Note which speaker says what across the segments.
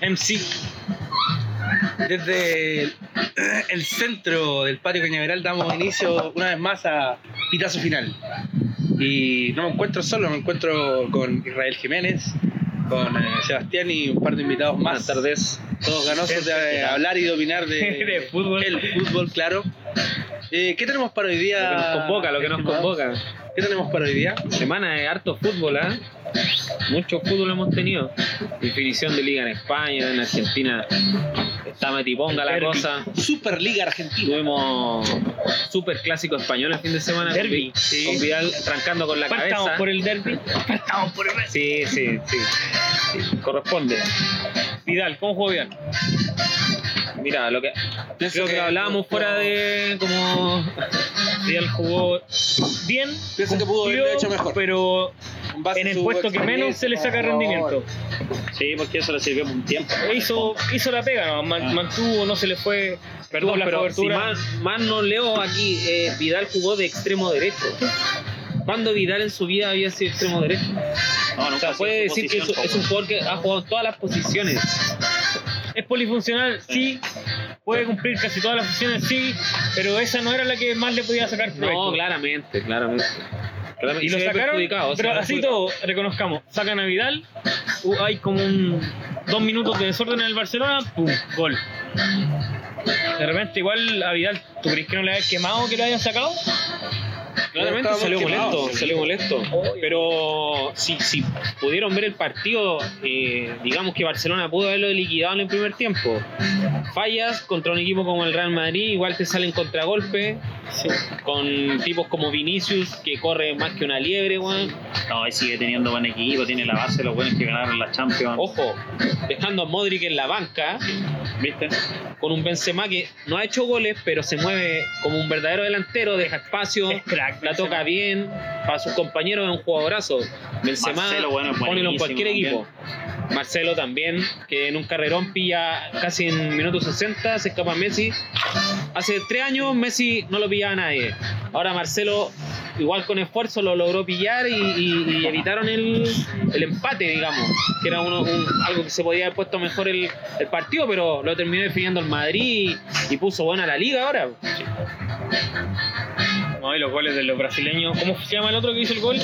Speaker 1: MC. Desde el, el centro del patio Cañaveral damos inicio una vez más a Pitazo Final. Y no me encuentro solo, me encuentro con Israel Jiménez, con eh, Sebastián y un par de invitados más.
Speaker 2: Buenas tardes.
Speaker 1: Todos ganosos de eh, hablar y de opinar de,
Speaker 2: De fútbol.
Speaker 1: El fútbol, claro. Eh, ¿Qué tenemos para hoy
Speaker 2: Lo
Speaker 1: día?
Speaker 2: que nos convoca, lo que nos
Speaker 1: estimados?
Speaker 2: convoca.
Speaker 1: ¿Qué tenemos para hoy día?
Speaker 2: Semana de harto fútbol, ¿ah? Mucho fútbol hemos tenido. Definición de liga en España, en Argentina. Está metiponga la
Speaker 3: Derbi.
Speaker 2: cosa.
Speaker 1: Superliga Argentina.
Speaker 2: Tuvimos super clásico español el fin de semana. con
Speaker 3: Derbi.
Speaker 2: Vi- Con Vidal trancando con la
Speaker 3: Partamos
Speaker 2: cabeza.
Speaker 3: por el derby. Partamos por el derbi.
Speaker 2: Sí, sí, sí, sí. Corresponde.
Speaker 3: Vidal, ¿cómo jugó Vidal?
Speaker 2: Mira, lo que
Speaker 1: Pienso
Speaker 2: creo
Speaker 1: que-
Speaker 2: que hablábamos fuera
Speaker 1: Eh,
Speaker 2: de como
Speaker 3: Vidal jugó bien.
Speaker 1: Pienso que pudo haberlo
Speaker 3: cumplió,
Speaker 1: hecho mejor.
Speaker 3: Pero
Speaker 1: Con base
Speaker 3: en
Speaker 1: en
Speaker 3: el
Speaker 1: su
Speaker 3: puesto que
Speaker 1: experiencia,
Speaker 3: menos se le saca
Speaker 1: por favor.
Speaker 3: rendimiento. E
Speaker 2: Sí, porque eso le sirvió por un tiempo.
Speaker 3: Hizo, hizo la pega, ¿no? Man- mantuvo, no se le fue.
Speaker 2: Perdón,
Speaker 3: Perdón, la
Speaker 2: Ah. pero si
Speaker 3: cobertura.
Speaker 2: más, más no leo aquí, eh, Vidal jugó de extremo derecho. ¿Cuándo Vidal en su vida había sido extremo derecho? o sea, puede decir que es, es un jugador que ha jugado en todas las posiciones.
Speaker 3: Es polifuncional, sí. Puede cumplir casi todas las funciones, sí. Pero esa no era la que más le podía sacar provecho.
Speaker 2: No, claramente, claramente. Claramente,
Speaker 3: Y lo
Speaker 2: se ve
Speaker 3: sacaron,
Speaker 2: perjudicado, se
Speaker 3: pero
Speaker 2: ve
Speaker 3: así
Speaker 2: perjudicado.
Speaker 3: todo, reconozcamos, sacan a Vidal, u- hay como un, dos minutos de desorden en el Barcelona, pum, gol. De repente igual a Vidal, ¿tú crees que no le hayan quemado que lo hayan sacado?
Speaker 2: Claramente
Speaker 1: Estábamos
Speaker 2: salió
Speaker 1: quemados,
Speaker 2: molesto,
Speaker 1: sí.
Speaker 2: salió molesto. Pero si, si pudieron ver el partido, eh, digamos que Barcelona pudo haberlo liquidado en el primer tiempo. Fallas contra un equipo como el Real Madrid, igual te salen contragolpe con tipos como Vinicius que corre más que una liebre, weón.
Speaker 4: No, y sigue teniendo buen equipo, tiene la base de los buenos que ganaron la Champions.
Speaker 2: Ojo, dejando a Modric en la banca
Speaker 4: ¿Viste?
Speaker 2: con un Benzema que no ha hecho goles, pero se mueve como un verdadero delantero, deja espacio.
Speaker 3: Es crack.
Speaker 2: La toca bien, para sus compañeros es un jugadorazo. Benzema,
Speaker 4: Marcelo, bueno, es
Speaker 2: ponelo en cualquier
Speaker 4: buenísimo
Speaker 2: equipo. Marcelo también, que en un carrerón pilla casi en minuto 60, se escapa Messi. Hace tres años Messi no lo pillaba nadie. Ahora Marcelo, igual con esfuerzo, lo logró pillar y, y- y evitaron el, el empate, digamos, que era uno- un- algo que se podía haber puesto mejor el, el partido, pero lo terminó definiendo el Madrid y, y puso buena la liga ahora.
Speaker 3: No, y los goles de los brasileños, ¿cómo se llama el otro que hizo el gol?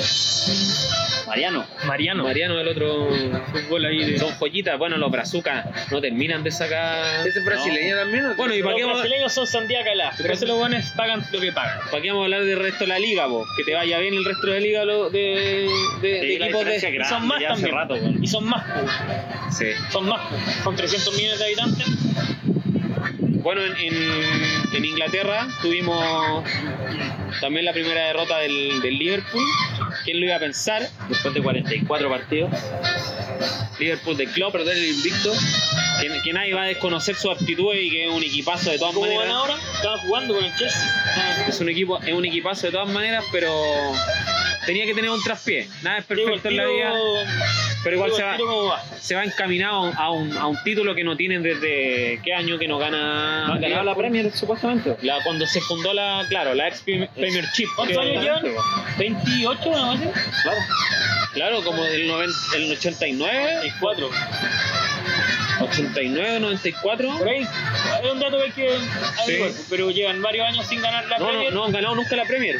Speaker 4: Mariano,
Speaker 3: Mariano.
Speaker 2: Mariano, el otro
Speaker 3: Un gol ahí de...
Speaker 2: Son joyitas, bueno, los brazucas no terminan de sacar.
Speaker 1: ¿Ese es brasileño también? o qué?
Speaker 2: Bueno, y para
Speaker 3: Los
Speaker 2: qué vamos,
Speaker 3: brasileños son Santiago Calá, pero eso los buenos pagan lo que pagan.
Speaker 2: pa' qué vamos a hablar del resto de la liga, po? que te vaya bien el resto de la liga lo- de, de, de
Speaker 4: Sí, la
Speaker 2: equipos de.
Speaker 4: diferencia es
Speaker 3: Y son
Speaker 4: grande,
Speaker 3: más
Speaker 4: ya hace
Speaker 3: también.
Speaker 4: rato, bueno.
Speaker 3: Y son más,
Speaker 2: Sí.
Speaker 3: son más. Son 300 millones de habitantes.
Speaker 2: Bueno, en, en- en Inglaterra tuvimos también la primera derrota del, del Liverpool. ¿Quién lo iba a pensar?
Speaker 4: después de 44 partidos.
Speaker 2: Liverpool de Klopp, perder el invicto. Que, que nadie va a desconocer su aptitud y que es un equipazo de todas
Speaker 3: ¿Cómo van
Speaker 2: maneras.
Speaker 3: ahora? Estaban jugando con el Chelsea.
Speaker 2: Es un equipo, es un equipazo de todas maneras, pero tenía que tener un traspié. Nada es perfecto en la vida. Pero igual se va, se va encaminado a un, a un título que no tienen desde qué año que no gana.
Speaker 4: No han ganado la Premier, supuestamente.
Speaker 2: La- cuando se fundó la, claro, la ex Prem- Premiership.
Speaker 3: ¿Cuántos
Speaker 2: que-
Speaker 3: años llevan? ¿28 o algo así?
Speaker 4: Claro.
Speaker 2: Claro, como del noven- el 89,
Speaker 3: 24.
Speaker 2: 89, 94.
Speaker 3: Por ahí. Es un dato que hay que averiguar,
Speaker 2: Sí.
Speaker 3: pero llevan varios años sin ganar la
Speaker 2: No, no,
Speaker 3: Premier.
Speaker 2: no han ganado nunca la Premier.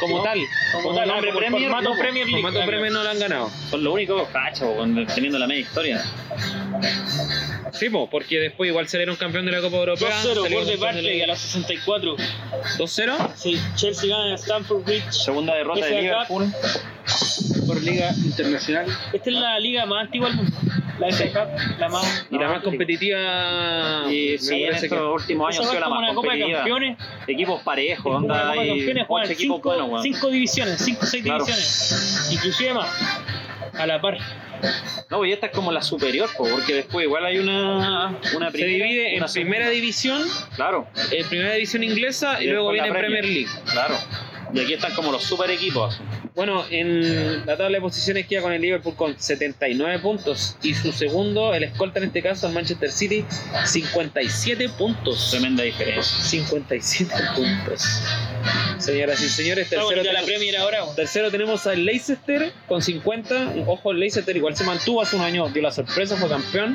Speaker 2: Como
Speaker 3: No,
Speaker 2: tal.
Speaker 3: como tal,
Speaker 2: nombre
Speaker 3: como
Speaker 2: Premier,
Speaker 3: formato
Speaker 2: no,
Speaker 3: Premier League,
Speaker 2: formato
Speaker 3: claro.
Speaker 2: Premier no la han ganado.
Speaker 4: Son los únicos cachos, bueno, teniendo la media historia.
Speaker 2: Sí, po, porque después igual salieron campeón de la Copa Europea.
Speaker 3: 2-0,
Speaker 2: salieron
Speaker 3: gol de
Speaker 2: campeón de la-
Speaker 3: Barkley a los 64.
Speaker 2: 2-0.
Speaker 3: Sí, Chelsea gana en Stamford Bridge.
Speaker 4: Segunda derrota
Speaker 3: Ese
Speaker 4: de
Speaker 3: acá-
Speaker 4: Liverpool.
Speaker 1: por Liga Internacional.
Speaker 3: Esta es la liga más antigua del mundo. La FA Cup, la más...
Speaker 2: Y la
Speaker 4: No,
Speaker 2: más
Speaker 4: sí.
Speaker 2: competitiva.
Speaker 4: Y
Speaker 2: Ah, me
Speaker 4: sí, en
Speaker 2: parece que-
Speaker 4: estos últimos
Speaker 3: Esa
Speaker 4: años ha
Speaker 3: va
Speaker 4: sido la
Speaker 3: como
Speaker 4: más
Speaker 3: una Copa de
Speaker 4: competitiva.
Speaker 3: Campeones.
Speaker 4: Equipos parejos,
Speaker 3: Como la
Speaker 4: onda,
Speaker 3: Copa de
Speaker 4: hay
Speaker 3: Campeones
Speaker 4: ocho
Speaker 3: juegan
Speaker 4: equipos
Speaker 3: cinco,
Speaker 4: buenos, weón.
Speaker 3: cinco divisiones, cinco o seis
Speaker 4: Claro.
Speaker 3: divisiones, inclusive más, a la par.
Speaker 4: No, y esta es como la superior, po, porque después igual hay una, una primera.
Speaker 2: se divide en
Speaker 4: una segunda.
Speaker 2: primera división,
Speaker 4: Claro,
Speaker 2: en primera división inglesa y,
Speaker 4: Y
Speaker 2: luego
Speaker 4: después
Speaker 2: viene
Speaker 4: la
Speaker 2: Premier
Speaker 4: Premier.
Speaker 2: League.
Speaker 4: claro. Y aquí están como los super equipos.
Speaker 2: Bueno, en la tabla de posiciones queda con el Liverpool con 79 puntos y su segundo, el escolta en este caso, el Manchester City, 57 puntos.
Speaker 4: Tremenda diferencia.
Speaker 2: 57 puntos. Señoras y señores,
Speaker 3: Estamos
Speaker 2: tercero
Speaker 3: ya la
Speaker 2: tenemos,
Speaker 3: Premier ahora. weón.
Speaker 2: tercero tenemos al Leicester con 50. Ojo, el Leicester igual se mantuvo hace un año, dio la sorpresa, fue campeón.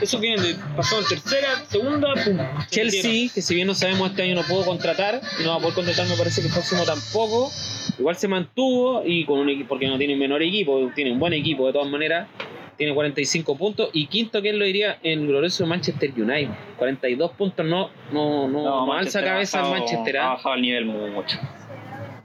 Speaker 3: Eso viene de, pasó en tercera, segunda, pum.
Speaker 2: Chelsea, que si bien no sabemos este año no pudo contratar, y no va a poder contratar, me parece que el próximo tampoco. Igual se mantuvo y con un equipo, porque no tiene un menor equipo, tiene un buen equipo de todas maneras. Tiene 45 puntos y quinto, ¿quién lo diría? El glorioso Manchester United. 42 puntos, no, no, no, no alza
Speaker 4: Manchester ha
Speaker 2: Oh, cabeza el
Speaker 4: bajado-
Speaker 2: Manchester.
Speaker 4: Ha
Speaker 2: ¿ah?
Speaker 4: bajado el nivel mucho.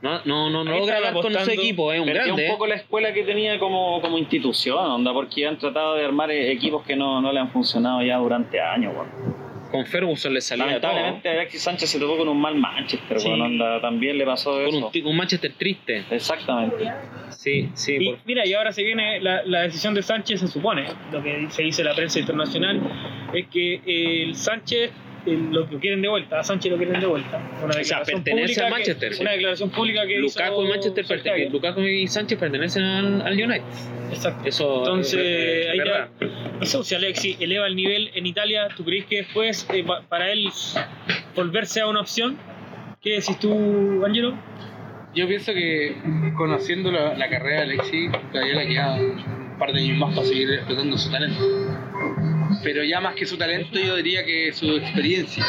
Speaker 2: No, no, no, no
Speaker 3: Ahí
Speaker 2: logra
Speaker 3: están
Speaker 2: hablar con su
Speaker 3: apostando,
Speaker 2: equipo, es un
Speaker 4: Perdió
Speaker 2: grande.
Speaker 4: un
Speaker 2: ¿eh?
Speaker 4: poco la escuela que tenía como, como institución, onda, porque han tratado de armar eh, equipos que no, no le han funcionado ya durante años, weón.
Speaker 2: Con Ferguson le salía todo.
Speaker 4: Lamentablemente Alexis Sánchez se topó con un mal Manchester,
Speaker 2: Sí.
Speaker 4: weón, onda, también le pasó
Speaker 2: Con
Speaker 4: eso.
Speaker 2: un, ti- un Manchester triste.
Speaker 4: Exactamente.
Speaker 2: Sí, sí.
Speaker 3: Y
Speaker 2: por-
Speaker 3: mira, y ahora se viene la, la decisión de Sánchez, se supone, lo que se dice la prensa internacional, es que eh, el Sánchez el- lo que quieren de vuelta, a Sánchez lo quieren de vuelta. Una declaración
Speaker 2: pertenece
Speaker 3: pública
Speaker 2: a Manchester,
Speaker 3: que-
Speaker 2: sí.
Speaker 3: Una declaración pública que
Speaker 2: Lukaku
Speaker 3: hizo
Speaker 2: y Manchester
Speaker 3: Solskjaer.
Speaker 2: pertenecen. Lukaku y Sánchez pertenecen al, al United.
Speaker 3: Exacto.
Speaker 2: Eso
Speaker 3: Entonces,
Speaker 2: es- es
Speaker 3: ahí ya-
Speaker 2: Eh, verdad.
Speaker 3: Eso, si Alexis eleva el nivel en Italia, ¿tú crees que después eh, pa- para él volverse a una opción? ¿Qué decís tú, Angelo?
Speaker 1: Yo pienso que conociendo la, la carrera de Alexis, todavía le queda un par de años más para seguir explotando su talento. Pero ya más que su talento, yo diría que su experiencia.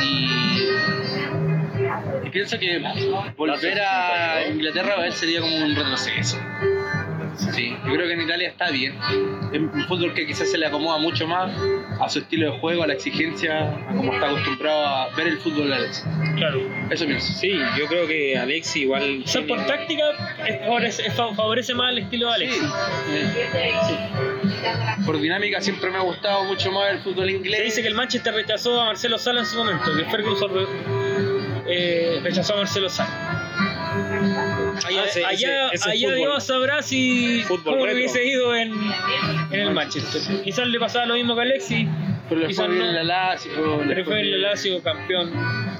Speaker 1: Y, y pienso que volver a Inglaterra para él sería como un retroceso. Sí, yo creo que en Italia está bien. Es un fútbol que quizás se le acomoda mucho más a su estilo de juego, a la exigencia, a cómo está acostumbrado a ver el fútbol de Alexis.
Speaker 3: Claro.
Speaker 1: Eso pienso.
Speaker 2: Sí, yo creo que Alexi igual.
Speaker 3: Quizás por
Speaker 2: tiene-
Speaker 3: táctica es- favorece, es- favorece más el estilo de Alexis.
Speaker 1: Sí. Por dinámica siempre me ha gustado mucho más el fútbol
Speaker 2: eh.
Speaker 3: Se
Speaker 1: inglés.
Speaker 3: dice que el Manchester rechazó a Marcelo Sala en su momento, que Ferguson re- eh, rechazó a Marcelo Sala. Allá,
Speaker 2: Ah, ese-
Speaker 3: allá,
Speaker 2: ese- ese
Speaker 3: allá
Speaker 2: fútbol.
Speaker 3: Dios sabrá si
Speaker 2: Fútbol
Speaker 3: cómo
Speaker 2: retro.
Speaker 3: hubiese ido en, en el Manchester. Quizás le pasaba lo mismo que a Alexis,
Speaker 1: Pero le
Speaker 3: quizás
Speaker 1: fue bien en
Speaker 3: no.
Speaker 1: la Lazio. le
Speaker 3: pero fue el
Speaker 1: bien
Speaker 3: Lazio campeón.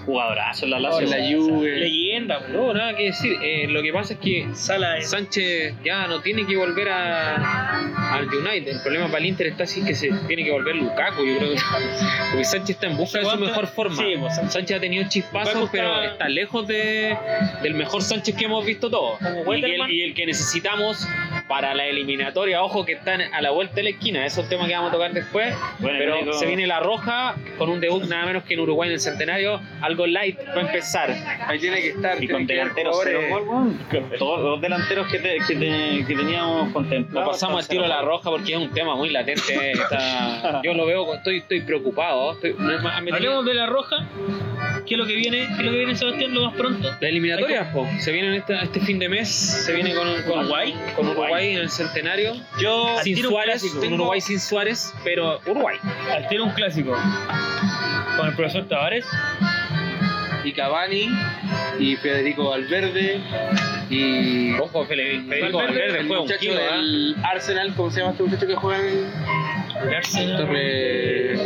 Speaker 4: Jugadorazo en la
Speaker 1: en
Speaker 4: Lazio.
Speaker 1: la Juve.
Speaker 3: Leyenda, bro.
Speaker 2: No, nada que decir. Eh, lo que pasa es que
Speaker 3: Sala es.
Speaker 2: Sánchez ya no tiene que volver a, al United. El problema para el Inter está así que se tiene que volver Lukaku, yo creo. que- Porque Sánchez está en busca de su mejor forma.
Speaker 3: Sí, pues, Sánchez.
Speaker 2: Sánchez ha tenido chispazos,
Speaker 3: Lukaku está-
Speaker 2: pero está lejos de, del mejor Sánchez que hemos visto todos. Y
Speaker 3: Como
Speaker 2: que el,
Speaker 3: Welterman.
Speaker 2: y el que necesitamos para la eliminatoria, ojo que están a la vuelta de la esquina, eso es el tema que vamos a tocar después.
Speaker 4: Bueno,
Speaker 2: pero
Speaker 4: el único-
Speaker 2: se viene la roja con un debut nada menos que en Uruguay en el centenario, algo light para empezar.
Speaker 1: Ahí tiene que estar.
Speaker 4: Y
Speaker 1: tiene
Speaker 4: con
Speaker 1: que haber
Speaker 4: delanteros cero
Speaker 1: jugadores.
Speaker 4: gol, weón. Todos los delanteros que, te- que, te- que teníamos
Speaker 2: Lo
Speaker 4: contemplados.
Speaker 2: pasamos al
Speaker 4: están
Speaker 2: tiro a
Speaker 4: cero
Speaker 2: la
Speaker 4: gol.
Speaker 2: roja porque es un tema muy latente. está- yo lo veo, estoy, estoy preocupado. estoy- me- me- me-
Speaker 3: Hablemos de la roja. ¿Qué es lo que viene? ¿Qué es lo que viene Sebastián lo más pronto?
Speaker 2: La eliminatoria, po, se viene en esta- este fin de mes, se viene con, con
Speaker 3: Uruguay.
Speaker 2: con Uruguay en el centenario.
Speaker 3: Yo
Speaker 2: sin Suárez,
Speaker 3: un
Speaker 2: un
Speaker 3: clásico.
Speaker 2: Uruguay sin Suárez, pero Uruguay.
Speaker 3: Al tiro un clásico. Con el profesor Tavares.
Speaker 1: Y Cavani. Y Federico Valverde. Y.
Speaker 2: Ojo, Fede- Federico
Speaker 3: Valverde,
Speaker 2: Valverde
Speaker 1: el
Speaker 2: juega un
Speaker 1: muchacho
Speaker 2: kilo, ¿ah?
Speaker 1: del Arsenal. ¿Cómo se llama este muchacho que juega en
Speaker 3: El Arsenal.
Speaker 1: Torre.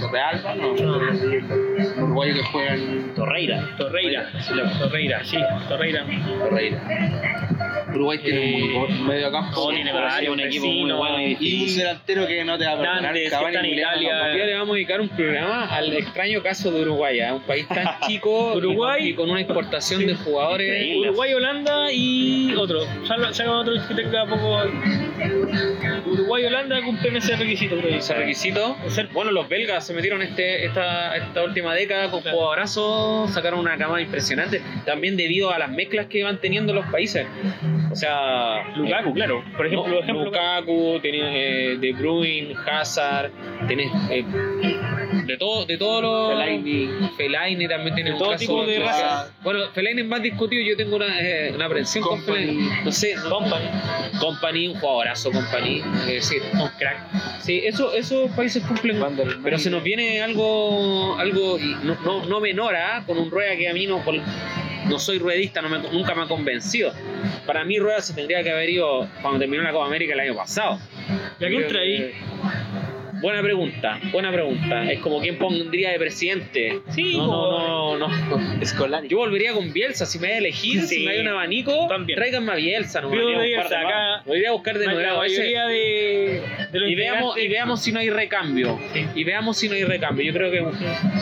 Speaker 1: Torre Alba? No. Un uruguayo que juega en
Speaker 4: Torreira.
Speaker 3: Torreira. ¿eh? Torreira, sí. Torreira.
Speaker 1: Torreira. Uruguay
Speaker 3: Eh,
Speaker 1: tiene un, buen medio campo.
Speaker 3: No, tiene varios,
Speaker 4: un equipo
Speaker 3: vecino,
Speaker 4: muy bueno y
Speaker 1: Y un
Speaker 4: difícil.
Speaker 1: delantero que no te va a perdonar.
Speaker 3: Hernández,
Speaker 1: Cavani,
Speaker 3: que está en
Speaker 1: Julián,
Speaker 3: Italia.
Speaker 1: no,
Speaker 2: Hoy día le vamos a dedicar un programa al extraño caso de Uruguay, a un país tan chico
Speaker 3: Uruguay.
Speaker 2: y con una exportación de jugadores.
Speaker 4: Increíble.
Speaker 3: Uruguay, Holanda y otro. Salva- Saca otro que tenga poco. Uruguay, Holanda cumplen ese requisito, creo.
Speaker 2: Ese requisito.
Speaker 3: Ese-
Speaker 2: Bueno, los belgas se metieron este, esta, esta última década con
Speaker 3: Claro.
Speaker 2: jugadorazos, sacaron una cama impresionante, también debido a las mezclas que van teniendo los países. O sea,
Speaker 3: Lukaku, claro. Por ejemplo,
Speaker 2: No,
Speaker 3: ejemplo
Speaker 2: Lukaku, tenés eh, De Bruyne, Hazard, tenés eh, de todo, de todos los
Speaker 1: Fellaini.
Speaker 2: Fellaini también tiene
Speaker 3: De
Speaker 2: un
Speaker 3: todo
Speaker 2: caso
Speaker 3: tipo de
Speaker 2: clase.
Speaker 1: razas.
Speaker 2: Bueno, Fellaini es más discutido, yo tengo una, eh, una aprensión con
Speaker 1: Company.
Speaker 2: Fellaini. No sé, no-
Speaker 3: Company.
Speaker 2: Company, un jugadorazo Company, es decir, un crack. Sí, eso, esos países cumplen. Pero se nos viene algo, algo y no, no, no menor, ¿ah? con un rueda que a mí no, col- no soy ruedista, no me- nunca me ha convencido. Para mí rueda se tendría que haber ido cuando terminó la Copa América el año pasado.
Speaker 3: ¿Y a quién traí?
Speaker 2: Eh, Buena pregunta, buena pregunta. Es como quién pondría de presidente.
Speaker 3: Sí,
Speaker 2: No, no, no, no.
Speaker 1: Escolari.
Speaker 2: Yo volvería con Bielsa, si me hay a elegir, si
Speaker 3: Sí.
Speaker 2: me hay un abanico,
Speaker 3: También.
Speaker 2: tráiganme a Bielsa, no
Speaker 3: Yo
Speaker 2: Lo
Speaker 3: de
Speaker 4: par de
Speaker 3: Bielsa,
Speaker 4: más.
Speaker 3: acá
Speaker 2: iría a buscar de
Speaker 3: la
Speaker 2: nuevo. ese-
Speaker 3: mayoría de, de los
Speaker 2: y veamos, y
Speaker 3: integrantes-
Speaker 2: veamos si no hay recambio. Y veamos si no hay recambio. Yo creo que,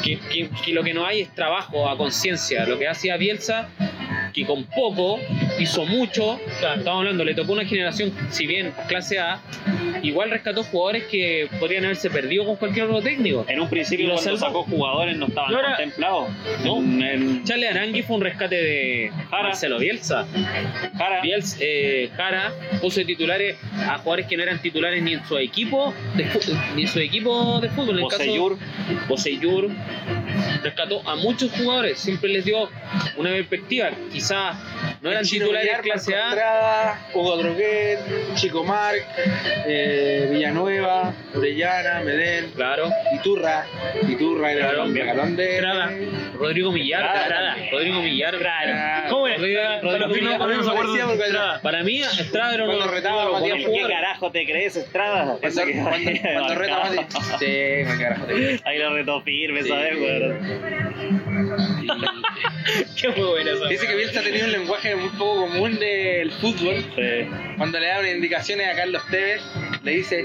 Speaker 2: que- que- que lo que no hay es trabajo a conciencia. Lo que hacía Bielsa, que con poco hizo mucho.
Speaker 3: Claro.
Speaker 2: Estamos hablando, le tocó una generación, si bien clase A, igual rescató jugadores que podrían haberse perdido con cualquier otro técnico.
Speaker 4: En un principio,
Speaker 2: Y lo
Speaker 4: cuando
Speaker 2: salvó.
Speaker 4: sacó jugadores, no estaban
Speaker 3: Y ahora-
Speaker 4: contemplados.
Speaker 2: No.
Speaker 4: En- en
Speaker 2: Charles Arangui fue un rescate de
Speaker 4: Jara.
Speaker 2: Marcelo Bielsa.
Speaker 4: Jara,
Speaker 2: Bielsa, eh, Jara puso de titulares a jugadores que no eran titulares ni en su equipo de, fu- ni en su equipo de fútbol. En el caso-
Speaker 4: Poseyur,
Speaker 2: Poseyur rescató a muchos jugadores, siempre les dio una perspectiva. Quizás no eran
Speaker 1: Chino
Speaker 2: titulares
Speaker 1: Villar,
Speaker 2: clase
Speaker 1: Marco
Speaker 2: A,
Speaker 1: Estrada, Hugo Droguet, Chico Marc, eh, Villanueva, Orellana, Medel,
Speaker 2: claro,
Speaker 1: Iturra. Iturra era
Speaker 2: Claro,
Speaker 1: el
Speaker 2: bien.
Speaker 1: regalón de.
Speaker 3: Estrada.
Speaker 2: Rodrigo Millar,
Speaker 3: Estrada,
Speaker 2: Estrada,
Speaker 3: Estrada.
Speaker 2: Rodrigo Millar,
Speaker 1: Estrada.
Speaker 3: ¿Cómo era?
Speaker 2: Rodrigo-
Speaker 3: Para los que
Speaker 2: Rodrigo
Speaker 3: no-
Speaker 2: Millar.
Speaker 3: no se acuerdan de
Speaker 1: Decía porque-
Speaker 3: Estrada.
Speaker 2: Para mí, Estrada era uno de
Speaker 1: Cuando
Speaker 2: los
Speaker 1: retaba a
Speaker 2: jugadores
Speaker 1: Matías
Speaker 2: buenos.
Speaker 4: ¿Qué carajo te crees, Estrada?
Speaker 1: Cuando, cuando, cuando reta más de- Sí, me carajo. te-
Speaker 4: Ahí lo retó firme,
Speaker 1: Sí.
Speaker 4: ¿sabes, weón?
Speaker 3: Qué buena esa.
Speaker 1: Dice que Bielsa tenía un lenguaje muy poco común del fútbol.
Speaker 4: Sí.
Speaker 1: Cuando le dan indicaciones a Carlos Tevez, le dice: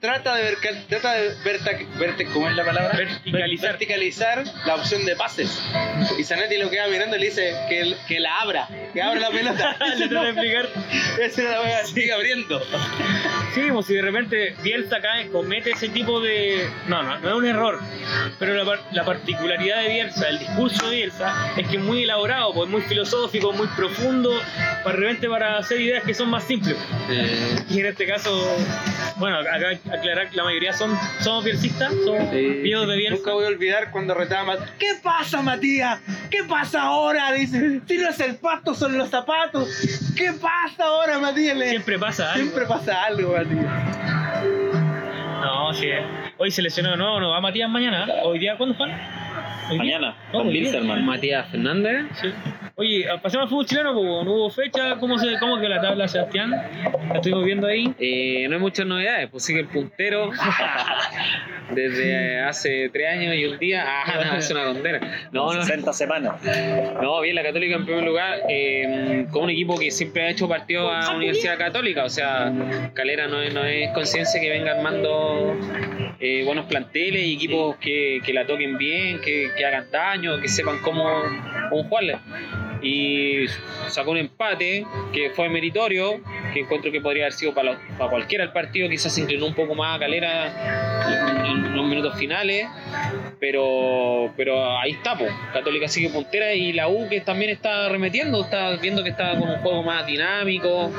Speaker 1: Trata de, ver, trata de verte, verte, ¿cómo es la palabra?
Speaker 3: Verticalizar.
Speaker 1: verticalizar la opción de pases. Y Zanetti lo queda mirando y le dice que, el- que la abra, que abra la pelota.
Speaker 3: Le trato de explicar.
Speaker 1: Esa era la wea, sigue abriendo.
Speaker 3: Sí, pues si de repente Bielsa cae, comete ese tipo de... No, no, no es un error. Pero la, par- la particularidad de Bielsa, el discurso de Bielsa, es que es muy elaborado, pues muy filosófico, muy profundo, para de repente para hacer ideas que son más simples.
Speaker 1: Eh,
Speaker 3: Y en este caso, bueno, acá hay que aclarar que la mayoría son, somos bielsistas, somos
Speaker 1: Sí.
Speaker 3: viejos de Bielsa.
Speaker 1: Eh, Nunca voy a olvidar cuando retaba Mat- ¿Qué pasa, Matías? ¿Qué pasa ahora? Dice, si no es el pasto, son los zapatos. ¿Qué pasa ahora, Matías? Le-
Speaker 3: Siempre pasa algo.
Speaker 1: Siempre pasa algo, Matías.
Speaker 3: No, sí. Hoy se lesionó de nuevo, no va Matías mañana. ¿eh? ¿Hoy día cuándo Juan? ¿Hoy día?
Speaker 4: Mañana,
Speaker 3: No,
Speaker 4: con
Speaker 3: muy bien.
Speaker 4: Bilzerman.
Speaker 2: Matías Fernández.
Speaker 3: Sí. Oye, pasemos al fútbol chileno, pues, no hubo fecha, ¿cómo, se, cómo que la tabla, Sebastián? La estuvimos viendo ahí.
Speaker 2: Eh, no hay muchas novedades, pues sigue el puntero desde hace tres años y un día. Ah, no, es una condena. No, no,
Speaker 4: 60 semanas.
Speaker 2: No, bien, la Católica en primer lugar, eh, con un equipo que siempre ha hecho partido a Universidad Católica, o sea, Calera no es, no es conciencia que venga armando eh, buenos planteles y equipos que, que la toquen bien, que, que hagan daño, que sepan cómo, cómo jugarle. Y sacó un empate que fue meritorio, que encuentro que podría haber sido para, los- para cualquiera el partido, quizás se inclinó un poco más a Calera en- en los minutos finales pero pero ahí está po. Católica sigue puntera y la U que también está remetiendo está viendo que está con un juego más dinámico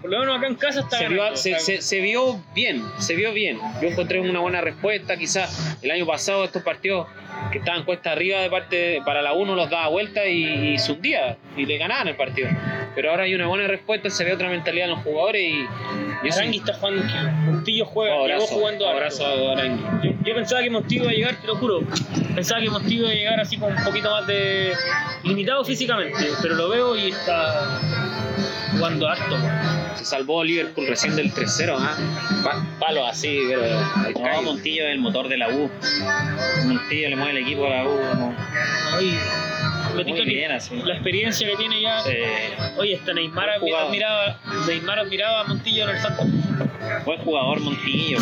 Speaker 3: Por lo menos acá en casa está
Speaker 2: se
Speaker 3: ganando,
Speaker 2: vio, se,
Speaker 3: está-
Speaker 2: se- se vio bien se vio bien yo encontré una buena respuesta quizás el año pasado estos partidos que estaban cuesta arriba de parte de- para la U no los daba vuelta y, y se hundía y le ganaban el partido pero ahora hay una buena respuesta se ve otra mentalidad en los jugadores y, y eso-
Speaker 3: Arangui está jugando aquí. Montillo juega, llegó jugando harto.
Speaker 2: abrazo a Arangui.
Speaker 3: Yo, yo pensaba que Montillo iba a llegar, te lo juro. Pensaba que Montillo iba a llegar así con un poquito más de. limitado físicamente, pero lo veo y está jugando harto.
Speaker 2: Se salvó Liverpool recién del 3-0, ¿ah? Pa- palo así, pero. al
Speaker 4: No,
Speaker 2: callo.
Speaker 4: Montillo es el motor de la U. Montillo le mueve el equipo a la U. como-
Speaker 3: Ay, me tinca
Speaker 4: Muy
Speaker 3: que
Speaker 4: bien, así.
Speaker 3: la experiencia que tiene ya.
Speaker 4: Sí.
Speaker 3: Oye, hasta Neymar
Speaker 4: Buen jugador.
Speaker 3: admiraba, Neymar admiraba a Montillo en el Santos.
Speaker 4: Buen jugador Montillo.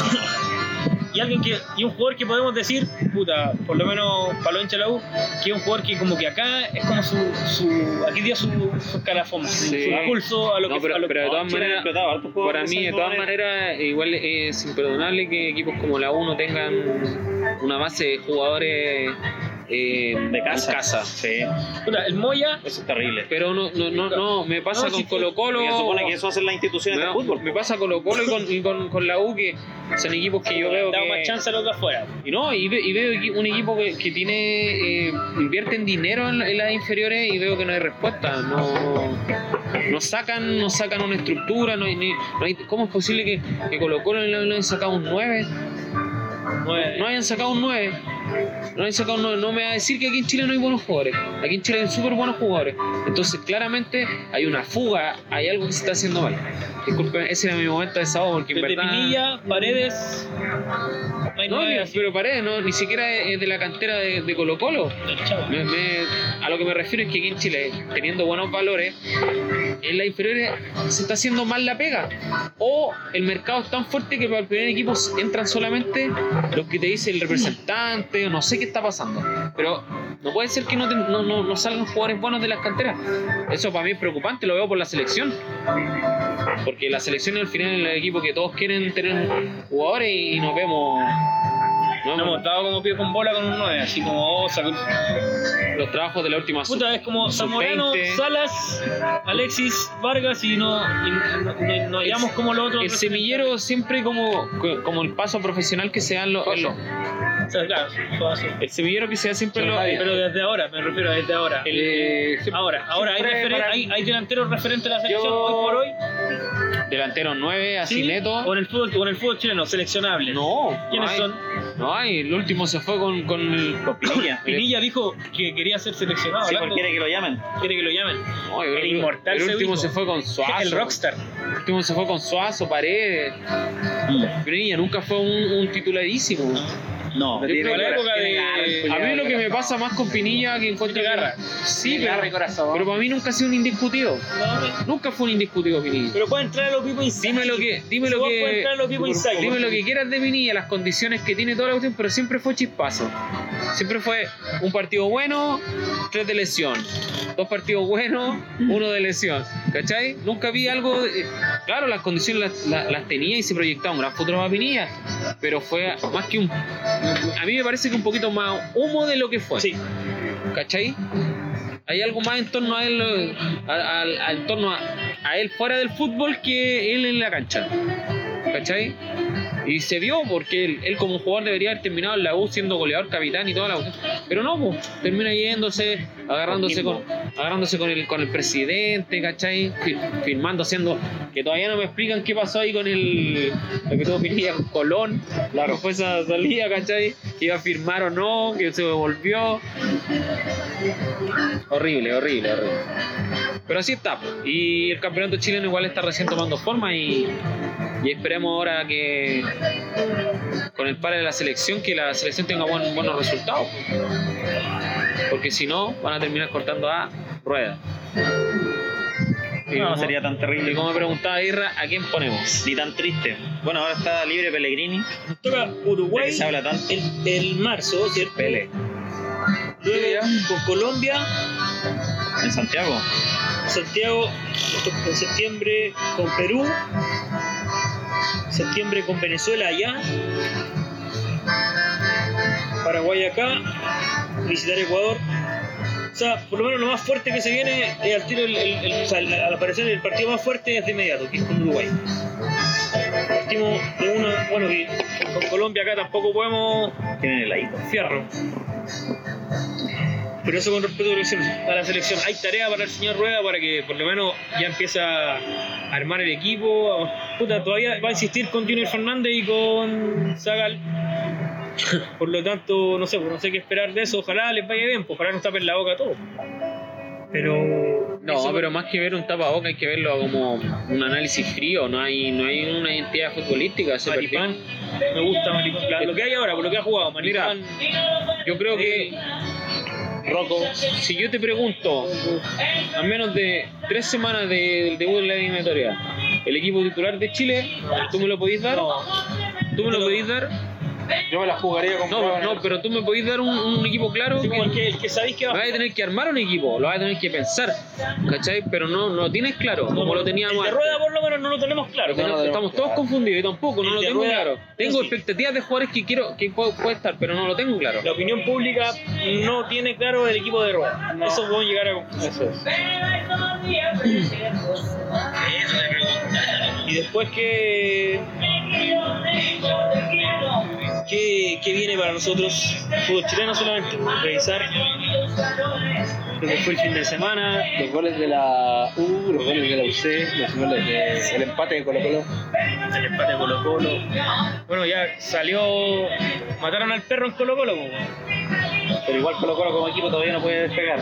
Speaker 3: y alguien que y un jugador que podemos decir puta por lo menos para los hinchas de la U que es un jugador que como que acá es como su, su aquí dio su, su calafón su-
Speaker 2: Sí.
Speaker 3: su impulso a lo
Speaker 2: No,
Speaker 3: que
Speaker 2: pero-
Speaker 3: a lo
Speaker 2: pero de
Speaker 3: que,
Speaker 2: todas
Speaker 4: Chile ha
Speaker 2: maneras,
Speaker 4: explotado hartos jugadores
Speaker 2: Para mí, de todas
Speaker 4: salvadores.
Speaker 2: maneras, igual es imperdonable que equipos como la U no tengan una base de jugadores eh,
Speaker 4: De casa.
Speaker 2: en casa.
Speaker 4: Sí,
Speaker 3: puta, el Moya
Speaker 4: eso es terrible.
Speaker 2: Pero no, no, no, no, me pasa
Speaker 3: No,
Speaker 2: con
Speaker 3: sí,
Speaker 2: Colo Colo.
Speaker 4: Porque se supone que eso hacen las instituciones del fútbol.
Speaker 2: me pasa con Colo Colo y con, y con, con la U que son equipos que yo veo
Speaker 3: da
Speaker 2: que,
Speaker 3: más chance a los de afuera
Speaker 2: Y no, y, ve- y veo equi- un equipo que, que tiene eh, invierte en dinero en, la- en las inferiores y veo que no hay respuesta. No, no sacan, no sacan una estructura, no hay, ni- no hay- ¿cómo es posible que, que Colo Colo no le hayan sacado un 9?
Speaker 3: no es-
Speaker 2: No hayan sacado un 9. No, ahí saca uno- no me va a decir que aquí en Chile no hay buenos jugadores. Aquí en Chile hay súper buenos jugadores. Entonces, claramente hay una fuga, hay algo que se está haciendo mal. Disculpen, ese era mi momento de desahogo porque en
Speaker 3: Desde
Speaker 2: verdad.
Speaker 3: Pinilla, Paredes. No hay
Speaker 2: No,
Speaker 3: nueve,
Speaker 2: ni-
Speaker 3: así.
Speaker 2: pero Paredes, no, ni siquiera es es de la cantera de, de Colo Colo.
Speaker 3: Chao.
Speaker 2: Me- me- a lo que me refiero es que aquí en Chile, teniendo buenos valores, en las inferiores se está haciendo mal la pega. O el mercado es tan fuerte que para el primer equipo entran solamente los que te dice el representante, o no sé qué está pasando. Pero no puede ser que no, te- no, no- no salgan jugadores buenos de las canteras. Eso para mí es preocupante, lo veo por la selección. Porque la selección al final es el equipo que todos quieren tener jugadores y nos vemos. nos
Speaker 3: No
Speaker 2: vemos
Speaker 3: hemos dado como pie con bola con un 9, así como oh, sacó-
Speaker 2: los trabajos de la última
Speaker 3: Puta, es como
Speaker 2: Sub-
Speaker 3: Zamorano,
Speaker 2: 20.
Speaker 3: Salas, Alexis, Vargas y no, y no, no- no hallamos como los otros.
Speaker 2: El semillero siempre como, co- como el paso profesional que se da en los... en los-
Speaker 3: O sea, claro, Suazo.
Speaker 2: el semillero que Eh, se da siempre en los...
Speaker 3: Pero desde ahora, me refiero a desde ahora.
Speaker 2: El- ah,
Speaker 1: Eh, sí,
Speaker 3: Ahora, ahora hay,
Speaker 1: siempre
Speaker 3: referen-
Speaker 1: para-
Speaker 3: hay, hay delanteros referentes a la selección
Speaker 1: Yo-
Speaker 3: hoy por hoy.
Speaker 2: delantero 9, así
Speaker 3: ¿sí? O
Speaker 2: neto.
Speaker 3: en el fútbol, o en el fútbol chileno, seleccionables.
Speaker 2: No, no
Speaker 3: ¿Quiénes
Speaker 2: hay,
Speaker 3: son?
Speaker 2: No hay, el último se fue con... con el-
Speaker 4: Copinilla.
Speaker 3: Pinilla dijo que quería ser seleccionado.
Speaker 4: Si
Speaker 3: hablando-
Speaker 4: cualquiera que lo llamen.
Speaker 3: quiere que lo llamen.
Speaker 2: no, yo creo que-
Speaker 3: inmortal
Speaker 2: el
Speaker 3: se
Speaker 2: último
Speaker 3: dijo.
Speaker 2: se fue con Suazo.
Speaker 3: El rockstar.
Speaker 2: El último se fue con Suazo, Paredes. Pero ella nunca fue un, un titularísimo.
Speaker 4: No.
Speaker 2: Yo creo
Speaker 3: Para Ah, la
Speaker 2: que-
Speaker 3: época de...
Speaker 2: A mí lo que me pasa más con Pinilla que encuentro...
Speaker 3: Tiene garra.
Speaker 2: Sí,
Speaker 1: garra y
Speaker 2: pero,
Speaker 1: corazón.
Speaker 2: pero para mí nunca ha sido un indiscutido.
Speaker 3: No,
Speaker 2: Nunca fue un indiscutido Pinilla.
Speaker 3: Pero puede entrar a los Pipo Insight.
Speaker 2: Dime lo que, dime lo
Speaker 3: Vos puedes
Speaker 2: que,
Speaker 3: entrar a los Pipo Insight.
Speaker 2: dime lo que quieras de Vinilla, las condiciones que tiene toda la cuestión, pero siempre fue chispazo. Siempre fue un partido bueno, tres de lesión. Dos partidos buenos, uno de lesión. ¿Cachai? Nunca vi algo. de- claro, las condiciones las, la- las tenía y se proyectaba un gran futuro para Vinilla, pero fue más que un. A mí me parece que un poquito más humo de lo que fue.
Speaker 3: Sí.
Speaker 2: ¿Cachai? Hay algo más en torno a él, eh, a- al- al- en torno a, a él fuera del fútbol que él en la cancha. ¿Cachai? Y se vio porque él, él como jugador debería haber terminado en la U siendo goleador, capitán y toda la cuestión. Pero no, po, termina yéndose, agarrándose con, agarrándose con el con el presidente, ¿cachai? Fir- firmando, haciendo. Que todavía no me explican qué pasó ahí con el. Lo que tuvo Pinilla con Colón. Claro. Fue esa salida, ¿cachai? Que iba a firmar o no, que se devolvió. Horrible, horrible, horrible. Pero así está. po. Y el campeonato chileno igual está recién tomando forma y, y esperemos ahora que con el par de la selección, que la selección tenga buen- buenos resultados. po. Porque si no, van a terminar cortando a rueda. Y
Speaker 4: No
Speaker 2: como-
Speaker 4: sería tan
Speaker 2: Y
Speaker 4: terrible.
Speaker 2: como me preguntaba Irra, ¿a quién ponemos?
Speaker 4: Ni tan triste. Bueno, ahora está libre Pellegrini.
Speaker 5: Toca
Speaker 4: De que
Speaker 5: Uruguay
Speaker 4: se habla tanto.
Speaker 5: el, el marzo, ¿cierto?
Speaker 4: Pele.
Speaker 5: Luego con Colombia,
Speaker 4: En Santiago.
Speaker 5: Santiago en septiembre con Perú, septiembre con Venezuela allá, Paraguay acá, visitar Ecuador. O sea, por lo menos lo más fuerte que se viene es al tiro, el, el- el- o sea, el- al aparecer el partido más fuerte es de inmediato, que es con Uruguay. Partimos de uno, bueno, que con Colombia acá tampoco podemos
Speaker 4: Tienen el ahí.
Speaker 5: Fierro.
Speaker 3: Pero eso con respecto a la selección. a la selección. Hay tarea para el señor Rueda para que por lo menos ya empiece a armar el equipo. a- Puta, todavía va a insistir con Junior Fernández y con Zagal. Por lo tanto, no sé, pues, no sé qué esperar de eso. Ojalá les vaya bien, pues ojalá no tapen la boca a todos. Pero.
Speaker 2: No,
Speaker 3: eso-
Speaker 2: pero más que ver un tapaboca hay que verlo como un análisis frío, no hay, no hay una identidad futbolística. Se perdió.
Speaker 3: Maripán, me gusta Maripán. La- Lo que hay ahora, por lo que ha jugado,
Speaker 2: Mira,
Speaker 3: Maripán.
Speaker 2: Yo creo que, Rocco, si yo te pregunto, a menos de tres semanas de- del debut de la eliminatoria, el equipo titular de Chile, ¿tú me lo podís dar? ¿Tú me lo podís dar?
Speaker 1: Yo me la jugaría con
Speaker 2: No,
Speaker 1: Cueva en
Speaker 2: no,
Speaker 1: el-
Speaker 2: pero tú me podís dar un, un equipo claro.
Speaker 3: Sí,
Speaker 2: que-
Speaker 3: como el que, el que sabéis que va.
Speaker 2: Vas a tener que armar un equipo, lo vas a tener que pensar, ¿cachai? Pero no, no lo tienes claro, como lo
Speaker 3: el
Speaker 2: teníamos
Speaker 3: de
Speaker 2: antes.
Speaker 3: rueda, por lo menos, no lo tenemos claro.
Speaker 2: Pero
Speaker 1: No, no,
Speaker 2: estamos
Speaker 1: no,
Speaker 2: todos
Speaker 1: claro.
Speaker 2: confundidos, yo tampoco, no
Speaker 3: El
Speaker 2: lo
Speaker 3: de
Speaker 2: tengo
Speaker 3: rueda,
Speaker 2: claro. Tengo
Speaker 3: sí.
Speaker 2: expectativas de jugadores que quiero que puedo, puede estar, pero no lo tengo claro.
Speaker 3: La opinión pública no tiene claro el equipo de rueda. Eso puedo llegar a Y después que. ¿Qué, qué viene para nosotros? Fútbol chileno solamente. Revisar lo que fue el fin de semana.
Speaker 1: Los goles de la U, los goles de la UC, los goles del empate de Colo Colo.
Speaker 3: el empate de Colo Colo. Bueno, ya salió. Mataron al perro en Colo Colo,
Speaker 4: Pero igual Colo Colo como equipo todavía no puede despegar.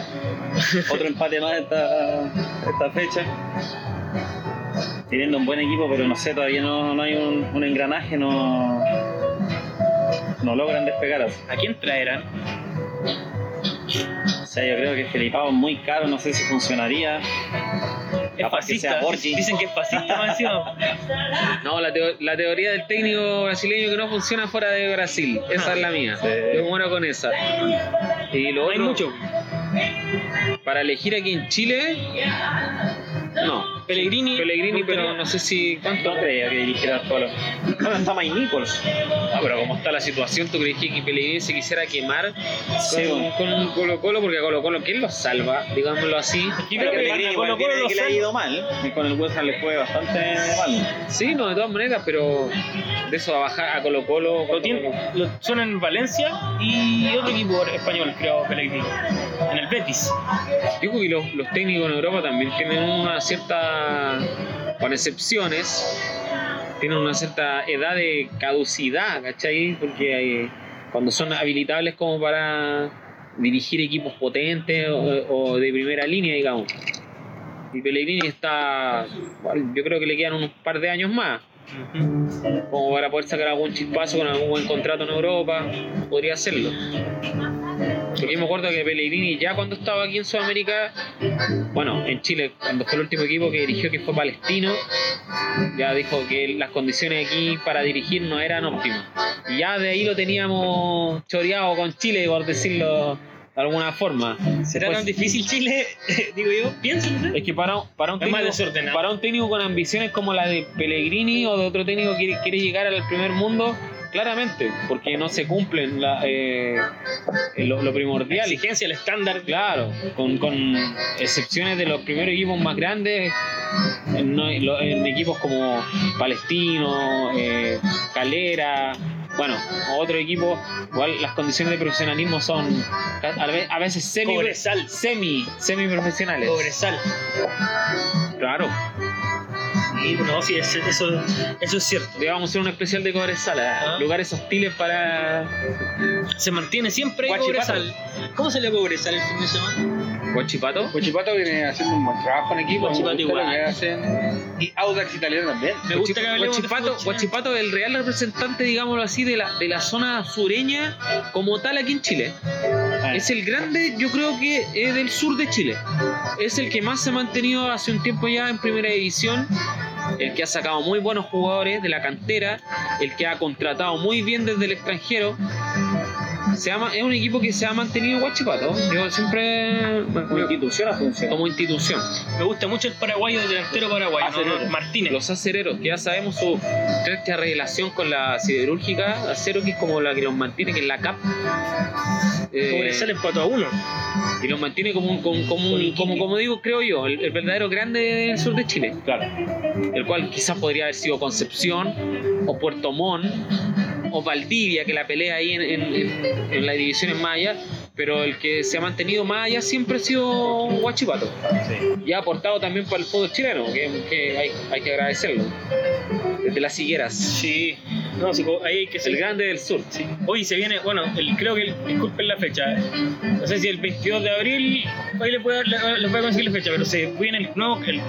Speaker 4: Otro empate más esta, esta fecha. Teniendo un buen equipo, pero no sé, todavía no, no hay un, un engranaje, no, no logran despegar. así.
Speaker 3: ¿A quién traerán?
Speaker 4: O sea, yo creo que Felipao es muy caro, no sé si funcionaría.
Speaker 3: Es
Speaker 4: Capaz que
Speaker 3: fascista.
Speaker 4: sea Borgi.
Speaker 3: Dicen que es fascista más encima.
Speaker 2: No, la, teo- la teoría del técnico brasileño que no funciona fuera de Brasil. Esa es la mía.
Speaker 4: Sí.
Speaker 2: Yo me muero con esa. Y lo
Speaker 3: No hay
Speaker 2: otro,
Speaker 3: mucho.
Speaker 2: para elegir aquí en Chile, no.
Speaker 3: Pellegrini.
Speaker 2: Pellegrini,
Speaker 3: gustaría-
Speaker 2: pero no sé si cuánto.
Speaker 4: No creo que dirigiera al Colo. Bueno, está Mike Nichols.
Speaker 2: Ah, pero como está la situación, ¿tú crees que Pellegrini se quisiera quemar con,
Speaker 4: Sí, bueno.
Speaker 2: con Colo Colo? Porque a Colo Colo, ¿quién lo salva? Digámoslo así.
Speaker 3: Yo creo
Speaker 4: Pero
Speaker 3: que
Speaker 4: Pellegrini
Speaker 3: a
Speaker 4: igual
Speaker 3: Colo
Speaker 4: tiene
Speaker 3: Colo lo
Speaker 4: que le ha
Speaker 3: salva.
Speaker 4: ido mal. Y con el West Ham le fue bastante mal.
Speaker 2: Sí, no, de todas maneras, pero de eso a bajar a Colo Colo.
Speaker 3: Lo, tiene, lo suena en Valencia y otro equipo español, creo, Pellegrini. En el Betis.
Speaker 2: Digo que los, los técnicos en Europa también tienen una cierta, con excepciones, tienen una cierta edad de caducidad, ¿cachai? Porque eh, cuando son habilitables como para dirigir equipos potentes o, o de primera línea, digamos. Y Pellegrini está, bueno, yo creo que le quedan unos par de años más, como para poder sacar algún chispazo con algún buen contrato en Europa, podría hacerlo. Porque yo me acuerdo que Pellegrini ya cuando estaba aquí en Sudamérica, bueno, en Chile, cuando fue el último equipo que dirigió, que fue Palestino, ya dijo que las condiciones aquí para dirigir no eran óptimas. Y ya de ahí lo teníamos choreado con Chile, por decirlo de alguna forma.
Speaker 5: ¿Será
Speaker 2: Pues-
Speaker 5: tan difícil Chile? Digo yo, piensen.
Speaker 2: Es que para, un- para, un
Speaker 3: Es más
Speaker 2: técnico,
Speaker 3: desordenado.
Speaker 2: para un técnico con ambiciones como la de Pellegrini o de otro técnico que quiere, quiere llegar al primer mundo, claramente, porque no se cumplen la, eh, lo, lo
Speaker 3: La
Speaker 2: primordial.
Speaker 3: exigencia, el estándar.
Speaker 2: Claro, con, con excepciones de los primeros equipos más grandes, en, no- en lo- en equipos como Palestino, eh, Calera, bueno, otro equipo, igual las condiciones de profesionalismo son ca- a ve- a veces semi,
Speaker 3: Cobresal.
Speaker 2: semi, semi profesionales.
Speaker 3: Cobresal.
Speaker 2: Claro,
Speaker 5: Sí, no, sí, es- eso, eso es cierto.
Speaker 2: debamos hacer un especial de Cobresal,
Speaker 5: Ah.
Speaker 2: lugares hostiles para
Speaker 5: Se mantiene siempre ahí
Speaker 1: Guachipato.
Speaker 5: Cobresal. ¿Cómo sale Cobresal el fin de semana?
Speaker 2: Guachipato.
Speaker 1: Huachipato viene haciendo un buen trabajo en equipo. me
Speaker 5: Huachipato
Speaker 1: gusta lo
Speaker 5: igual.
Speaker 1: que hacen. Y Audax italiano también.
Speaker 5: Me gusta que hablemos de
Speaker 2: Guachipato,
Speaker 5: fútbol chileno.
Speaker 2: Guachipato es el real representante, digámoslo así, de la, de la zona sureña como tal aquí en Chile.
Speaker 4: Ah,
Speaker 2: Es el grande, yo creo que eh, del sur de Chile. Es el que más se ha mantenido hace un tiempo ya en primera división. El que ha sacado muy buenos jugadores de la cantera. El que ha contratado muy bien desde el extranjero. Se ha ma- es un equipo que se ha mantenido Guachipato. Yo siempre.
Speaker 4: Como institución ha funcionado.
Speaker 2: Como institución.
Speaker 3: Me gusta mucho el paraguayo, el delantero paraguayo, ¿no?
Speaker 4: Acevedo.
Speaker 3: Martínez.
Speaker 2: Los acereros, que ya sabemos su estrecha relación con la siderúrgica acero, que es como la que los mantiene, que es la CAP. Eh,
Speaker 3: Cobresal empató a uno.
Speaker 2: y los mantiene como un, como, como un- como, como digo, creo yo, el, el verdadero grande del sur de Chile,
Speaker 4: Claro.
Speaker 2: el cual quizás podría haber sido Concepción o Puerto Montt o Valdivia, que la pelea ahí en, en, en, en las divisiones más allá, pero el que se ha mantenido más allá siempre ha sido Huachipato. Y ha aportado también para el fútbol chileno, que, que hay, hay que agradecerlo. Desde las higueras.
Speaker 3: Sí. No, sí, co- ahí hay que
Speaker 2: El
Speaker 3: ser
Speaker 2: grande del sur.
Speaker 3: Sí. Hoy se viene, bueno, el, creo que, el, disculpen la fecha, no sé si el 22 de abril, hoy les voy a, le- les voy a conseguir la fecha, pero se viene el nuevo, el,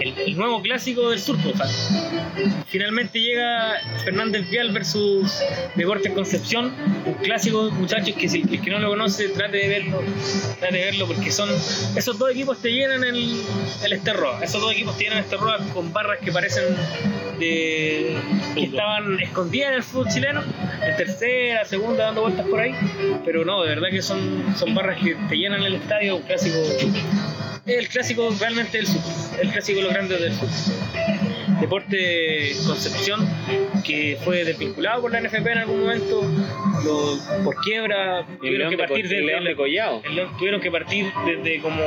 Speaker 3: el- el nuevo clásico del sur. pues, o sea, finalmente llega Fernández Vial versus Deportes Concepción, un clásico, muchachos, que si el que no lo conoce, trate de verlo, trate de verlo, porque son, esos dos equipos te llenan el, el Esterroa, esos dos equipos te llenan Esterroa con barras que parecen de que estaban escondidas en el fútbol chileno, en tercera, segunda, dando vueltas por ahí. Pero no, de verdad que son, son barras que te llenan el estadio, un clásico. El clásico realmente del sur, el clásico de los grandes del sur. Deporte Concepción, que fue desvinculado por la NFP en algún momento, lo- por quiebra,
Speaker 2: El
Speaker 3: tuvieron que
Speaker 2: León de Co-
Speaker 3: partir
Speaker 2: el León
Speaker 3: desde
Speaker 2: de Collado.
Speaker 3: el León tuvieron que partir desde como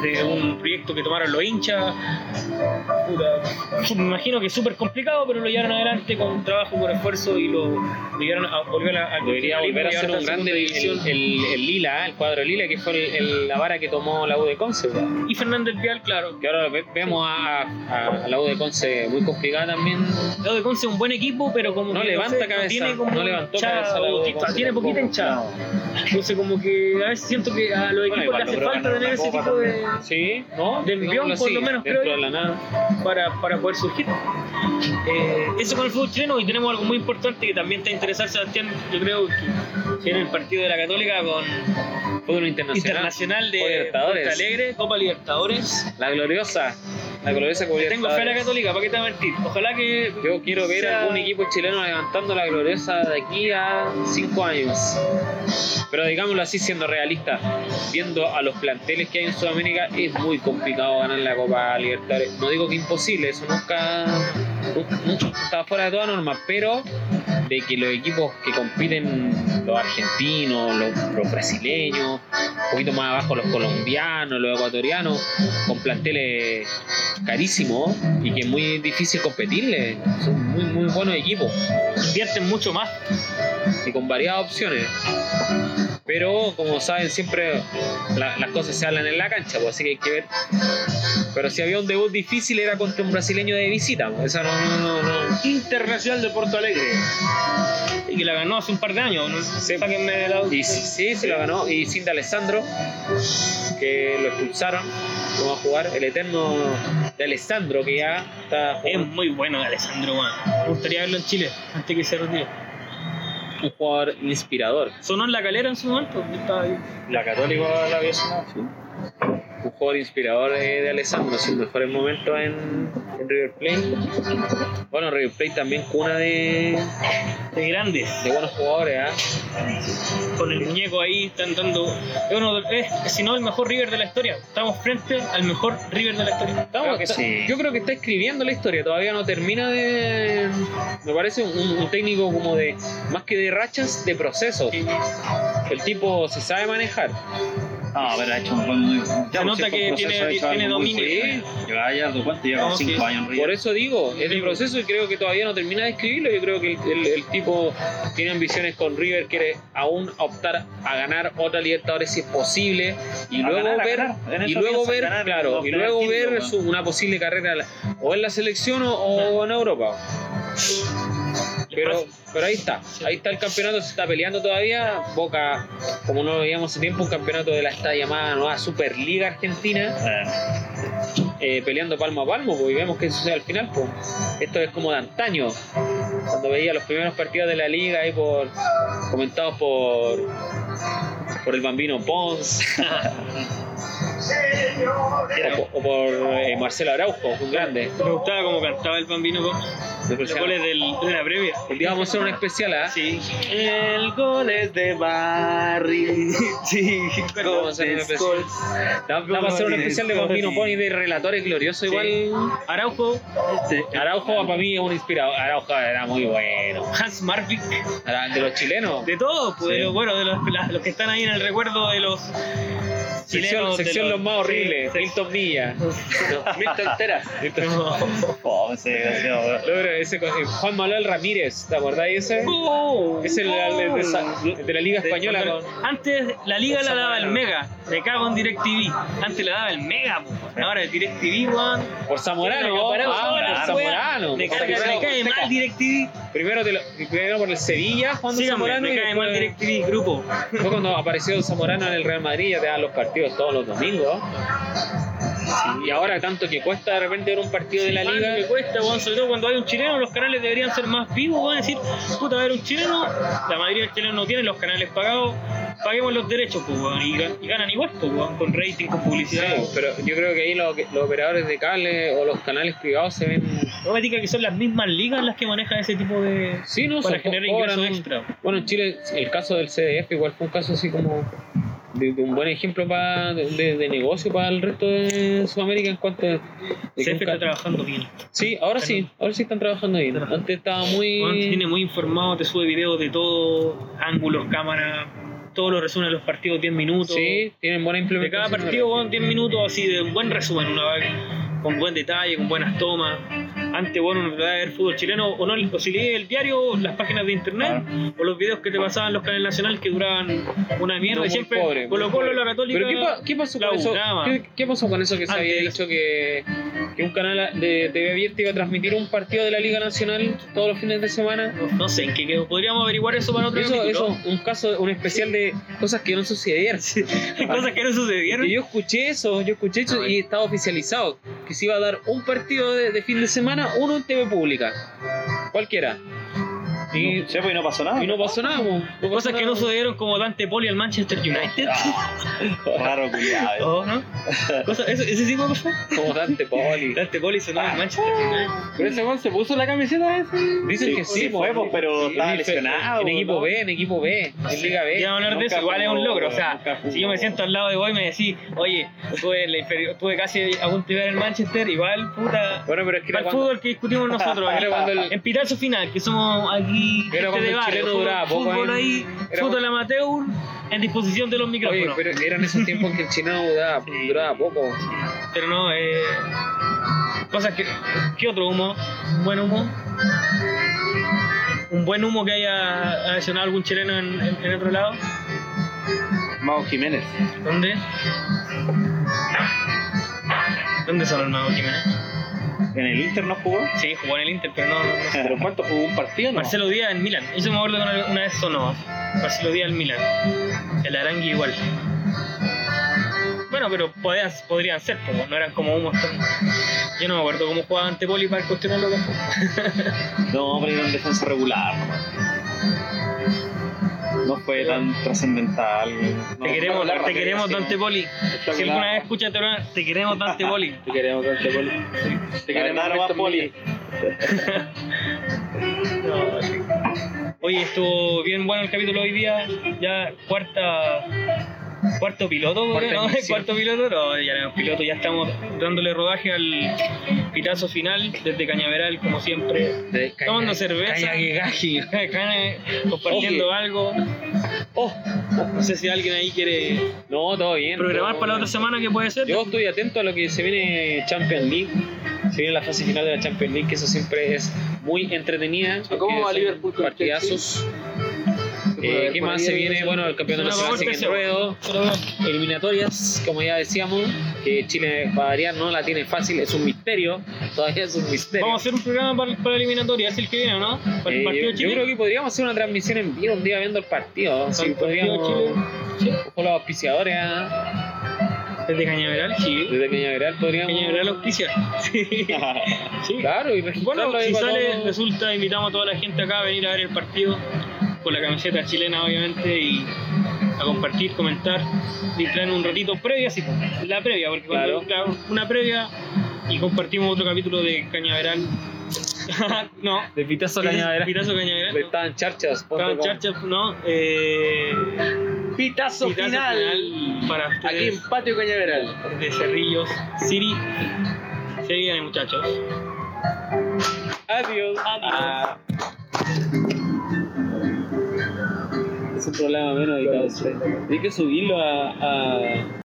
Speaker 3: desde un proyecto que tomaron los hinchas. Puta, su- me imagino que es súper complicado, pero lo llevaron adelante con trabajo, con esfuerzo y lo, lo llevaron a volver a, al
Speaker 2: Debería
Speaker 3: profesionalismo,
Speaker 2: volver a ser
Speaker 3: llevarlo
Speaker 2: un
Speaker 3: segunda
Speaker 2: grande el,
Speaker 3: división.
Speaker 2: el- el lila, ¿eh? el cuadro lila, que fue el- el- la vara que tomó la U de Conce. weón.
Speaker 3: Y Fernández Vial, claro.
Speaker 2: Que ahora ve- vemos a, a- a la U de Conce muy complicada también.
Speaker 3: Lado de Conce es un buen equipo, pero como
Speaker 2: No
Speaker 3: que
Speaker 2: levanta
Speaker 3: sé,
Speaker 2: cabeza,
Speaker 3: tiene como
Speaker 2: no levantó
Speaker 3: hinchada
Speaker 2: cabeza la U de
Speaker 3: poquita,
Speaker 2: Conce
Speaker 3: tiene poquita hinchada. Entonces como que a veces siento que a los
Speaker 2: Bueno,
Speaker 3: equipos
Speaker 2: igual
Speaker 3: le hace
Speaker 4: logró
Speaker 3: falta
Speaker 4: ganar
Speaker 3: tener
Speaker 4: una
Speaker 3: ese
Speaker 4: copa
Speaker 3: tipo de...
Speaker 2: Sí, ¿no?
Speaker 3: De envión,
Speaker 2: Digámoslo
Speaker 3: por
Speaker 2: así,
Speaker 3: lo menos,
Speaker 2: Dentro
Speaker 3: creo
Speaker 2: de
Speaker 3: yo.
Speaker 2: la nada.
Speaker 3: para, para poder surgir. Eh, eso con el fútbol chileno y tenemos algo muy importante que también te va a interesar, Sebastián, yo creo que tiene el partido de la Católica con
Speaker 2: Fútbol internacional.
Speaker 3: Internacional de
Speaker 2: Copa Libertadores.
Speaker 3: Porto Alegre, Copa Libertadores.
Speaker 2: La gloriosa. La gloriosa Copa
Speaker 3: Tengo fe en la
Speaker 2: Libertadores.
Speaker 3: Católica, ¿para qué te voy a mentir? Ojalá que
Speaker 2: Yo quiero ver
Speaker 3: sea-
Speaker 2: algún equipo chileno levantando la gloriosa de aquí a cinco años. Pero digámoslo así, siendo realista, viendo a los planteles que hay en Sudamérica, es muy complicado ganar la Copa Libertadores. No digo que imposible, eso nunca, nunca- nunca está fuera de toda norma, pero de que los equipos que compiten, los argentinos, los, los brasileños, un poquito más abajo los colombianos, los ecuatorianos, con planteles carísimos y que es muy difícil competirle. Son muy, muy buenos equipos
Speaker 3: invierten mucho más.
Speaker 2: y con variadas opciones. Pero como saben, siempre la- las cosas se hablan en la cancha, pues, así que hay que ver. Pero si había un debut difícil era contra un brasileño de visita. pues, Esa no, no, no, no.
Speaker 5: Internacional de Porto Alegre.
Speaker 3: Y que la ganó hace un par de años. ¿no? Sáquenme de la...
Speaker 2: Y sí, sí, se lo ganó. Y sin de Alessandro, que lo expulsaron, lo va a jugar. El eterno de Alessandro, que ya está
Speaker 3: Es
Speaker 2: jugando.
Speaker 3: muy bueno Alessandro, weón. Me gustaría verlo en Chile antes que se retire.
Speaker 2: un jugador inspirador.
Speaker 3: Sonó en la calera en su momento. yo estaba ahí.
Speaker 4: La Católica la había sonado.
Speaker 2: un jugador inspirador eh, de Alessandro, sus mejores momentos en, en River Plate. Bueno, River Plate también cuna de,
Speaker 3: De grandes.
Speaker 2: de buenos jugadores, ¿ah?
Speaker 3: con el muñeco ahí, están dando. Es uno de- es, si no, el mejor River de la historia. Estamos frente al mejor River de la historia.
Speaker 2: Estamos-
Speaker 4: que
Speaker 2: está-
Speaker 4: sí.
Speaker 2: Yo creo que está escribiendo la historia, todavía no termina de... Me parece un, un técnico como de... Más que de rachas, de procesos. El tipo se sabe manejar.
Speaker 4: No, pero ha hecho un buen muy
Speaker 3: Se nota que tiene- tiene dominio.
Speaker 4: Lleva Gallardo, ¿cuánto? Lleva
Speaker 3: No,
Speaker 4: como cinco
Speaker 3: sí.
Speaker 4: años en River.
Speaker 2: Por eso digo, es de proceso y creo que todavía no termina de escribirlo. Yo creo que el, el- el tipo tiene ambiciones con River, quiere aún optar a ganar otra Libertadores si es posible y
Speaker 4: A
Speaker 2: luego
Speaker 4: ganar, a
Speaker 2: ver,
Speaker 4: ganar. En
Speaker 2: y
Speaker 4: eso
Speaker 2: luego
Speaker 4: piensa,
Speaker 2: ver,
Speaker 4: ganar,
Speaker 2: claro, y
Speaker 4: obtener
Speaker 2: luego
Speaker 4: título,
Speaker 2: ver
Speaker 4: weón.
Speaker 2: su- una posible carrera o en la selección o, o en Europa. Pero, pero ahí está, ahí está el campeonato, se está peleando todavía. Boca, como no lo veíamos hace tiempo, un campeonato de la esta llamada nueva Superliga Argentina
Speaker 4: Eh,
Speaker 2: eh, peleando palmo a palmo, pues, y vemos qué sucede al final. Pues. Esto es como de antaño, cuando veía los primeros partidos de la liga ahí por comentados por por el bambino Pons o, po- o por eh, Marcelo Araujo, un grande.
Speaker 3: Me gustaba como cantaba el bambino con
Speaker 2: Me
Speaker 3: los
Speaker 2: parecía-
Speaker 3: goles del- de la previa.
Speaker 2: Un día vamos a hacer un especial, ¿ah?
Speaker 3: Sí.
Speaker 4: El gol es de Barry. Sí,
Speaker 2: Vamos a hacer un especial. Da- Vamos a hacer un especial de Bambino Pons y de relatores gloriosos igual.
Speaker 3: Araujo,
Speaker 2: Araujo para mí es un inspirador. Araujo era muy bueno.
Speaker 3: Hans Marvik,
Speaker 2: Era Ah, De los chilenos.
Speaker 3: de todos, pues,
Speaker 4: Sí.
Speaker 3: de los, bueno, de los, la- los que están ahí en el recuerdo de los
Speaker 2: Sección,
Speaker 3: chilenos. de
Speaker 2: sección los más horribles. Milton Villa.
Speaker 1: Milton Teras.
Speaker 4: Oh, ese desgraciado, weón.
Speaker 2: Logro ese con- eh, Juan Manuel Ramírez, ¿te acordáis ese?
Speaker 3: Uh,
Speaker 2: Es el, el- el de, Sa- el de la Liga Española.
Speaker 3: Cuando-
Speaker 2: con-
Speaker 3: Antes la liga la daba el Mega, me cago en DirecTV. Antes la daba el Mega, po. ahora el DirecTV, weón.
Speaker 2: por Zamorano.
Speaker 3: Acaparado
Speaker 2: ah,
Speaker 3: solo,
Speaker 2: por
Speaker 3: esa
Speaker 2: Zamorano.
Speaker 3: weá. Me
Speaker 2: por
Speaker 3: cae,
Speaker 2: Zamorano.
Speaker 3: me cae mal DirecTV.
Speaker 2: Primero, de lo- primero por el Sevilla, Juan
Speaker 3: Síganme,
Speaker 2: Zamorano.
Speaker 3: me
Speaker 2: y
Speaker 3: cae mal
Speaker 2: después-
Speaker 3: DirecTV Grupo.
Speaker 2: Fue cuando apareció Zamorano en el Real Madrid, ya te dan los partidos todos los domingos. Y ahora tanto que cuesta de repente ver un partido de la
Speaker 3: Mano,
Speaker 2: liga.
Speaker 3: que cuesta, weón, sobre todo cuando hay un chileno, los canales deberían ser más vivos, weón, decir, puta, a ver un chileno, la mayoría de los chilenos no tienen los canales pagados, paguemos los derechos, pues, weón, y, gan- y ganan igual, pues, weón, con rating, con
Speaker 2: Sí,
Speaker 3: publicidad.
Speaker 2: pero yo creo que ahí los, los operadores de cable o los canales privados se ven.
Speaker 3: No me digas que son las mismas ligas las que manejan ese tipo de...
Speaker 2: Sí, no,
Speaker 3: para
Speaker 2: son-
Speaker 3: generar
Speaker 2: cobran
Speaker 3: ingresos
Speaker 2: un-
Speaker 3: extra.
Speaker 2: Bueno, en Chile el caso del CDF igual fue un caso así como de, de un buen ejemplo pa- de, de negocio para el resto de Sudamérica en cuanto a... de que un
Speaker 3: Siempre
Speaker 2: ca-
Speaker 3: está trabajando bien.
Speaker 2: sí, ahora sí, ahora sí están trabajando bien.
Speaker 3: Trabajando.
Speaker 2: Antes estaba
Speaker 3: Juan te tiene
Speaker 2: muy...
Speaker 3: muy informado, te sube videos de todo, ángulos, cámara, todo lo resumen de los partidos 10 minutos.
Speaker 2: Sí, tienen buena
Speaker 3: De cada
Speaker 2: implementación.
Speaker 3: partido, weón, 10 minutos así de un buen resumen, una vaga, con buen detalle, con buenas tomas. Antes, bueno, en verdad, el fútbol chileno, o, no, o si leí el diario, las páginas de internet,
Speaker 2: Ah.
Speaker 3: o los videos que te pasaban los canales nacionales que duraban una mierda.
Speaker 2: No,
Speaker 3: y
Speaker 2: muy
Speaker 3: siempre,
Speaker 2: pobre, muy
Speaker 3: Colo Colo,
Speaker 2: pobre.
Speaker 3: la Católica.
Speaker 2: Pero ¿qué, pa- qué pasó
Speaker 3: la
Speaker 2: con
Speaker 3: U,
Speaker 2: eso?
Speaker 3: nada más.
Speaker 2: ¿Qué, qué pasó con eso que se
Speaker 3: Antes
Speaker 2: había
Speaker 3: de-
Speaker 2: dicho que, que un canal de TV Abierta iba a transmitir un partido de la Liga Nacional todos los fines de semana?
Speaker 3: No, no sé, en qué quedó. Podríamos averiguar eso para otro
Speaker 2: Eso es
Speaker 3: capítulo.
Speaker 2: un caso, un especial de cosas que no sucedieron.
Speaker 3: Cosas que no sucedieron.
Speaker 2: Que yo escuché eso, yo escuché eso y estaba oficializado que se iba a dar un partido de, de fin de semana, uno en TV pública, cualquiera. Y,
Speaker 4: Sí, pues, y no pasó nada.
Speaker 2: y no pasó nada, po. pasó
Speaker 3: Cosas que
Speaker 2: nada.
Speaker 3: no sucedieron como Dante Poli al Manchester United.
Speaker 2: Ah.
Speaker 4: Raro, culiado.
Speaker 3: Oh, ¿no? Cosas- eso- ese tipo de cosas.
Speaker 2: Como Dante Poli.
Speaker 3: Dante Poli sonó al Manchester United.
Speaker 1: Pero ese weón se puso la camiseta esa.
Speaker 2: Dicen
Speaker 4: Sí,
Speaker 2: que sí,
Speaker 4: sí
Speaker 2: po.
Speaker 4: fue, po, pero
Speaker 2: Sí,
Speaker 4: estaba
Speaker 2: en-
Speaker 4: lesionado,
Speaker 2: En equipo
Speaker 4: ¿no?
Speaker 2: B, en equipo B, en Liga B.
Speaker 3: Ya vamos a hablar de
Speaker 4: Nunca
Speaker 3: eso, igual es
Speaker 4: jugó,
Speaker 3: un logro. O sea,
Speaker 4: nunca jugó.
Speaker 3: si yo me siento al lado de Boy y me decís, oye, tuve, la inferior- tuve casi algún tirar en Manchester, igual, puta.
Speaker 2: Bueno, pero es que era
Speaker 3: Para el
Speaker 2: cuando,
Speaker 3: fútbol que discutimos nosotros.
Speaker 2: era
Speaker 3: aquí.
Speaker 2: cuando el-
Speaker 3: En Pitazo Final, que somos aquí.
Speaker 2: Era
Speaker 3: gente
Speaker 2: cuando el
Speaker 3: de barrio,
Speaker 2: chileno
Speaker 3: fútbol-
Speaker 2: duraba poco ¿eh?
Speaker 3: Fútbol
Speaker 2: ahí.
Speaker 3: ahí,
Speaker 2: Era
Speaker 3: fútbol amateur, en disposición de los
Speaker 2: Oye,
Speaker 3: micrófonos.
Speaker 2: pero eran esos tiempos que el chino duraba,
Speaker 3: Sí.
Speaker 2: duraba poco.
Speaker 3: Pero no, eh. Cosas que. ¿Qué otro humo? ¿Un buen humo? ¿Un buen humo que haya adicionado algún chileno en, en- en otro lado?
Speaker 4: Mago Jiménez.
Speaker 3: ¿Dónde? ¿Dónde sonó el mago Jiménez?
Speaker 4: En el Inter no jugó.
Speaker 3: Sí, jugó en el Inter, pero no. no- no.
Speaker 1: ¿Pero cuánto jugó un partido? No.
Speaker 3: Marcelo Díaz en Milan. Eso me acuerdo que una, una vez sonó. Marcelo Díaz en Milan. El Arangui igual. Bueno, pero podían, podrían ser, como no eran como humos tan. Yo no me acuerdo cómo jugaba ante Poli para cuestionarlo tampoco.
Speaker 4: No, pero era un defensa regular. nomás. No fue tan trascendental. No,
Speaker 3: Te queremos,
Speaker 1: la
Speaker 3: te
Speaker 1: rapidez,
Speaker 3: queremos
Speaker 1: sí.
Speaker 3: Dante Poli.
Speaker 1: la
Speaker 3: Si alguna
Speaker 1: colada.
Speaker 3: vez escuchas, te queremos Dante Poli.
Speaker 1: Te queremos Dante Poli. Te queremos
Speaker 4: La verdad, no va
Speaker 1: Dante Poli.
Speaker 4: Poli.
Speaker 3: Oye, estuvo bien bueno el capítulo hoy día. Ya cuarta. Cuarto piloto,
Speaker 2: Cuarta
Speaker 3: ¿no?
Speaker 2: emisión.
Speaker 3: Cuarto piloto, no, ya no, piloto, ya estamos dándole rodaje al pitazo final desde Cañaveral, como siempre.
Speaker 2: De caña-
Speaker 3: Tomando cerveza.
Speaker 2: caña que gaji.
Speaker 3: Acá, compartiendo
Speaker 2: Oye.
Speaker 3: algo.
Speaker 2: Oh,
Speaker 3: No sé si alguien ahí quiere
Speaker 2: no, todo bien.
Speaker 3: programar
Speaker 2: todo
Speaker 3: para la otra
Speaker 2: bien.
Speaker 3: semana, que puede ser?
Speaker 2: Yo estoy atento a lo que se viene Champions League. Se viene la fase final de la Champions League, que eso siempre es muy entretenida.
Speaker 1: ¿Cómo
Speaker 2: porque
Speaker 1: va
Speaker 2: son
Speaker 1: Liverpool con
Speaker 2: Partidazos. Eh, ¿Qué más se viene? Bueno, el campeonato
Speaker 3: Solo
Speaker 2: nacional
Speaker 3: por
Speaker 2: sigue en
Speaker 3: tercero.
Speaker 2: ruedo. Eliminatorias, como ya decíamos, que Chile va a variar, no la tiene fácil, es un misterio. Todavía es un misterio.
Speaker 3: Vamos a hacer un programa para, para eliminatoria, es el que viene, ¿no? Para
Speaker 2: Eh,
Speaker 3: el partido
Speaker 2: yo, yo
Speaker 3: chileno.
Speaker 2: creo que podríamos hacer una transmisión en vivo un día viendo el partido. Si
Speaker 3: el partido
Speaker 2: podríamos. Ojo, los auspiciadores ah,
Speaker 3: Desde Cañaveral, sí.
Speaker 2: desde Cañaveral podríamos.
Speaker 3: Cañaveral auspicia. Sí. Sí.
Speaker 2: Claro, y
Speaker 3: Bueno,
Speaker 2: registrarlo ahí
Speaker 3: si
Speaker 2: para
Speaker 3: sale
Speaker 2: todos.
Speaker 3: resulta, invitamos a toda la gente acá a venir a ver el partido con la camiseta chilena, obviamente, y a compartir, comentar, distraernos un ratito previa, sí, la previa, porque cuando claro, una previa y compartimos otro capítulo de Cañaveral. no.
Speaker 2: De pitazo a Cañaveral.
Speaker 3: Pitazo Cañaveral.
Speaker 2: Le
Speaker 3: no.
Speaker 2: estaban charchas.
Speaker 3: Estaban charchas, no. Eh,
Speaker 1: Pitazo
Speaker 3: pitazo
Speaker 1: final.
Speaker 3: final para
Speaker 1: Aquí
Speaker 3: ustedes
Speaker 1: en Patio Cañaveral.
Speaker 3: de Cerrillos City. Se viene, muchachos.
Speaker 2: Adiós.
Speaker 1: Ah.
Speaker 4: Es un problema menos editado. Hay que subirlo a- a